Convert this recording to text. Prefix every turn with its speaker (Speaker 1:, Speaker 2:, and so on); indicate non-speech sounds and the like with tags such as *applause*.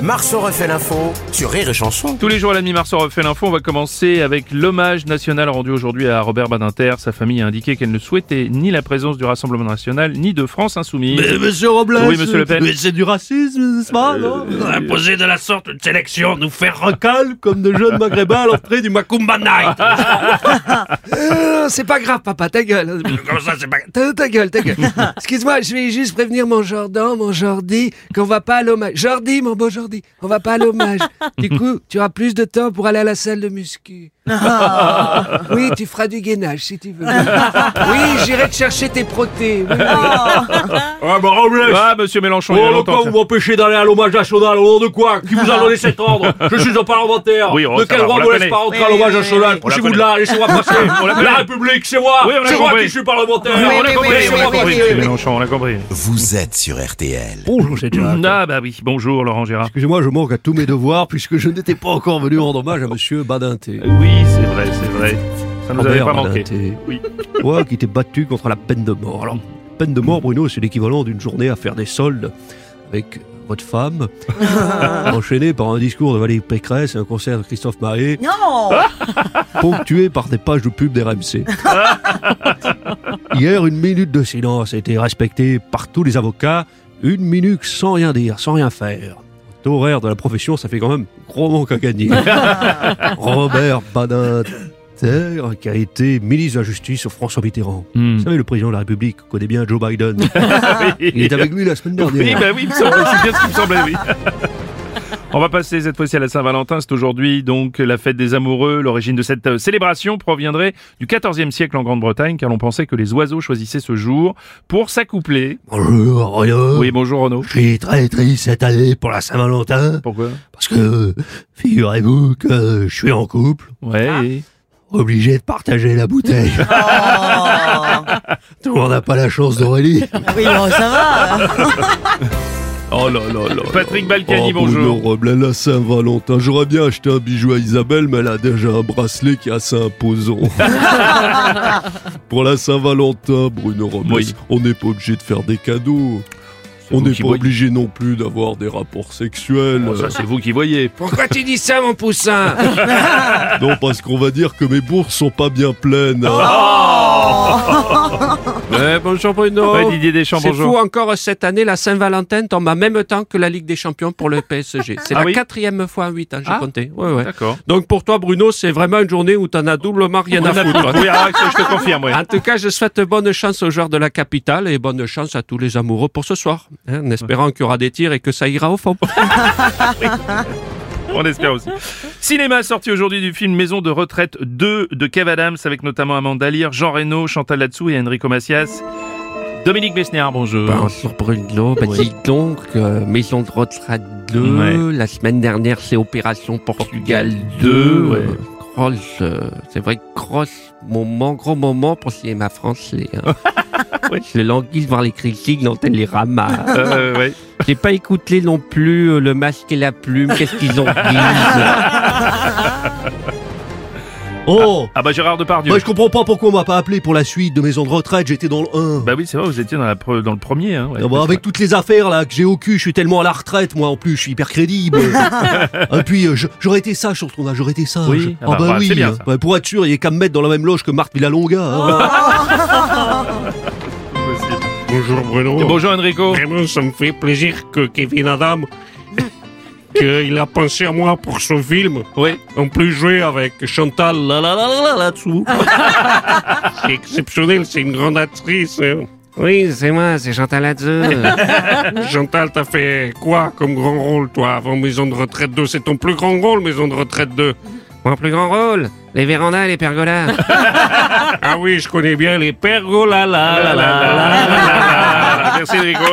Speaker 1: Marceau refait l'info sur Rire et Chanson.
Speaker 2: Tous les jours à la mi-mars, on refait l'info. On va commencer avec l'hommage national rendu aujourd'hui à Robert Badinter. Sa famille a indiqué qu'elle ne souhaitait ni la présence du Rassemblement National, ni de France Insoumise.
Speaker 3: Mais, Eh, monsieur Robles
Speaker 2: Oui, monsieur Le Pen. Euh,
Speaker 3: mais C'est du racisme, n'est-ce pas non Imposer de la sorte une sélection, nous faire recal comme de jeunes maghrébins à l'entrée du Macumba Night
Speaker 4: Euh, c'est pas grave, papa,
Speaker 3: *laughs*
Speaker 4: ta gueule.
Speaker 3: Comme ça, c'est pas...
Speaker 4: Ta, ta gueule, ta
Speaker 3: *laughs*
Speaker 4: gueule. Excuse-moi, je vais juste prévenir mon Jordan, mon Jordi, qu'on va pas à l'hommage. Jordi, mon beau Jordi, on va pas à l'hommage. Du coup, tu auras plus de temps pour aller à la salle de muscu. *laughs* Oui, tu feras du gainage si tu veux. Oui, j'irai te chercher tes protés. Oui, oui.
Speaker 3: Ah bah Robles
Speaker 2: Ah, monsieur Mélenchon, il y a
Speaker 3: Oh, le
Speaker 2: longtemps
Speaker 3: quoi,
Speaker 2: que
Speaker 3: vous
Speaker 2: ça.
Speaker 3: m'empêchez d'aller à l'hommage national, au nom de quoi Qui vous a donné cet ordre Je suis un parlementaire
Speaker 2: Oui, oh,
Speaker 3: De
Speaker 2: ça
Speaker 3: quel
Speaker 2: va, on
Speaker 3: droit
Speaker 2: la
Speaker 3: me laisse
Speaker 2: connaît.
Speaker 3: pas rentrer à l'hommage national
Speaker 2: On la
Speaker 3: Poussez-vous de
Speaker 2: connaît.
Speaker 3: là, laissez-moi passer
Speaker 2: *laughs* On la
Speaker 3: La
Speaker 2: connaît.
Speaker 3: République, c'est moi
Speaker 2: Oui, on l'a
Speaker 3: C'est moi
Speaker 2: compris.
Speaker 3: qui suis parlementaire
Speaker 2: Ah, on l'a compris, on
Speaker 3: Laissez-moi
Speaker 2: l'a compris,
Speaker 3: passer.
Speaker 2: monsieur Mélenchon, on l'a compris.
Speaker 5: Vous êtes sur RTL.
Speaker 3: Bonjour, c'est Jacques.
Speaker 2: Ah, bah oui. Bonjour, Laurent Gérard.
Speaker 3: Excusez-moi, je manque à tous mes devoirs puisque je n'étais pas encore venu rendre hommage à monsieur Badinté.
Speaker 2: Oui, c'est vrai, c'est vrai. Ça nous avait
Speaker 3: Robert
Speaker 2: Ah, pas manqué.
Speaker 3: Badinté.
Speaker 2: Oui.
Speaker 3: *laughs* Moi qui t'ai battu contre la peine de mort. Alors, peine de mort, Bruno, c'est l'équivalent d'une journée à faire des soldes avec votre femme, enchaînée par un discours de Valérie Pécresse et un concert de Christophe Maé,
Speaker 6: Non
Speaker 3: *laughs* ponctué par des pages de pub des RMC. Hier, une minute de silence a été respectée par tous les avocats, une minute sans rien dire, sans rien faire. Au taux horaire de la profession, ça fait quand même gros manque à gagner. Robert Badinter, qui a été ministre de la Justice sur François Mitterrand.
Speaker 2: Hmm.
Speaker 3: Vous savez, le président de la République connaît bien Joe Biden. Il
Speaker 2: *laughs* Oui,
Speaker 3: est avec lui la semaine dernière.
Speaker 2: Oui, bah oui, il me semblait, c'est bien ce qui me semblait, oui. *laughs* On va passer cette fois-ci à la Saint-Valentin. C'est aujourd'hui donc la fête des amoureux. L'origine de cette euh, célébration proviendrait du XIVe siècle en Grande-Bretagne, car l'on pensait que les oiseaux choisissaient ce jour pour s'accoupler.
Speaker 3: Bonjour, Bruno.
Speaker 2: Oui, bonjour Renaud.
Speaker 3: Je suis très triste cette année pour la Saint-Valentin,
Speaker 2: Pourquoi
Speaker 3: parce que figurez-vous que je suis en couple,
Speaker 2: Ouais. et-
Speaker 3: obligé de partager la bouteille. Tout le monde n'a pas la chance d'Aurélie.
Speaker 6: Oui, bon, ça va
Speaker 3: Oh là
Speaker 2: Ah.
Speaker 3: là là.
Speaker 2: Patrick Balkany, bonjour.
Speaker 3: Robles, Ah, la Saint-Valentin. J'aurais bien acheté un bijou à Isabelle, mais elle a déjà un bracelet qui est assez imposant. Pour la Saint-Valentin, Bruno Robles,
Speaker 2: Oui.
Speaker 3: on n'est pas obligé de faire des cadeaux.
Speaker 2: C'est
Speaker 3: On
Speaker 2: vous
Speaker 3: n'est
Speaker 2: qui
Speaker 3: pas
Speaker 2: voyez.
Speaker 3: obligé non plus d'avoir des rapports sexuels.
Speaker 2: Bon, ça, c'est vous qui voyez.
Speaker 4: Pourquoi tu dis ça, mon poussin
Speaker 3: non, parce qu'on va dire que mes bourses sont pas bien pleines. hein.
Speaker 4: Bonjour Bruno.
Speaker 2: Ouais, Didier Deschamps,
Speaker 4: C'est
Speaker 2: bonjour.
Speaker 4: fou encore cette année, la Saint-Valentin tombe en même temps que la Ligue des
Speaker 2: *laughs*
Speaker 4: Champions pour le PSG. C'est
Speaker 2: Ah
Speaker 4: la
Speaker 2: oui
Speaker 4: quatrième fois en huit ans, j'ai
Speaker 2: Ah.
Speaker 4: compté. Ouais, ouais.
Speaker 2: D'accord.
Speaker 4: Donc pour toi, Bruno, c'est vraiment une journée où t'en as doublement rien
Speaker 2: *laughs*
Speaker 4: à foutre.
Speaker 2: Oui, alors, je te confirme, oui.
Speaker 4: En tout cas, je souhaite bonne chance aux joueurs de la capitale et bonne chance à tous les amoureux pour ce soir, hein, en espérant qu'il y aura des tirs et que ça ira au fond.
Speaker 2: *laughs* On espère aussi. Cinéma sorti aujourd'hui du film Maison de retraite 2 de Kev Adams avec notamment Amanda Lear, Jean Reno, Chantal Latsou et Enrico Macias. Dominique Besnéard, bonjour.
Speaker 4: Bonjour Bruno, bah, dis donc, euh, Maison de retraite 2,
Speaker 2: Ouais.
Speaker 4: la semaine dernière c'est Opération Portugal 2.
Speaker 2: Deux, ouais.
Speaker 4: euh, grosse, euh, c'est vrai, gros moment, gros moment pour cinéma français.
Speaker 2: *laughs*
Speaker 4: Hein.
Speaker 2: Ouais.
Speaker 4: Je languis de voir les critiques dans Télérama.
Speaker 2: Euh, ouais.
Speaker 4: J'ai pas écouté non plus euh, Le Masque et la Plume, qu'est-ce qu'ils
Speaker 2: *laughs*
Speaker 4: ont dit
Speaker 3: Oh
Speaker 2: Ah bah Gérard Depardieu.
Speaker 3: Moi, je comprends pas pourquoi on m'a pas appelé pour la suite de Maison de retraite, j'étais dans le 1.
Speaker 2: Bah oui, c'est vrai, vous étiez dans, la pre- dans le premier. Hein, ouais.
Speaker 3: Ah bah, avec toutes les affaires là que j'ai au cul, je suis tellement à la retraite, moi en plus, je suis hyper crédible. Et puis euh, je- j'aurais été sage sur ce tournage, j'aurais été sage.
Speaker 2: Oui,
Speaker 3: Ah
Speaker 2: ah bah,
Speaker 3: bah
Speaker 2: bah,
Speaker 3: oui.
Speaker 2: c'est bien, ça. Oh,
Speaker 3: Bah, pour être sûr, il n'y a qu'à me mettre dans la même loge que Marthe Villalonga. hein.
Speaker 7: Bonjour Bruno.
Speaker 2: Et bonjour Enrico.
Speaker 7: Vraiment, ça me fait plaisir que Kevin Adam,
Speaker 2: *laughs*
Speaker 7: qu'il a pensé à moi pour son film.
Speaker 2: Oui.
Speaker 7: En plus, jouer avec Chantal là là là là là là-dessous. c'est exceptionnel, c'est une grande actrice. hein.
Speaker 4: Oui, c'est moi, c'est Chantal Latsou.
Speaker 2: *laughs* Ah.
Speaker 7: Chantal, t'as fait quoi comme grand rôle, toi, avant Maison de Retraite 2 C'est ton plus grand rôle, Maison de Retraite 2.
Speaker 4: Mon plus grand rôle, les vérandas et les pergolas.
Speaker 7: Ah oui, je connais bien les pergolas là là là là.
Speaker 2: *laughs* Merci Enrico.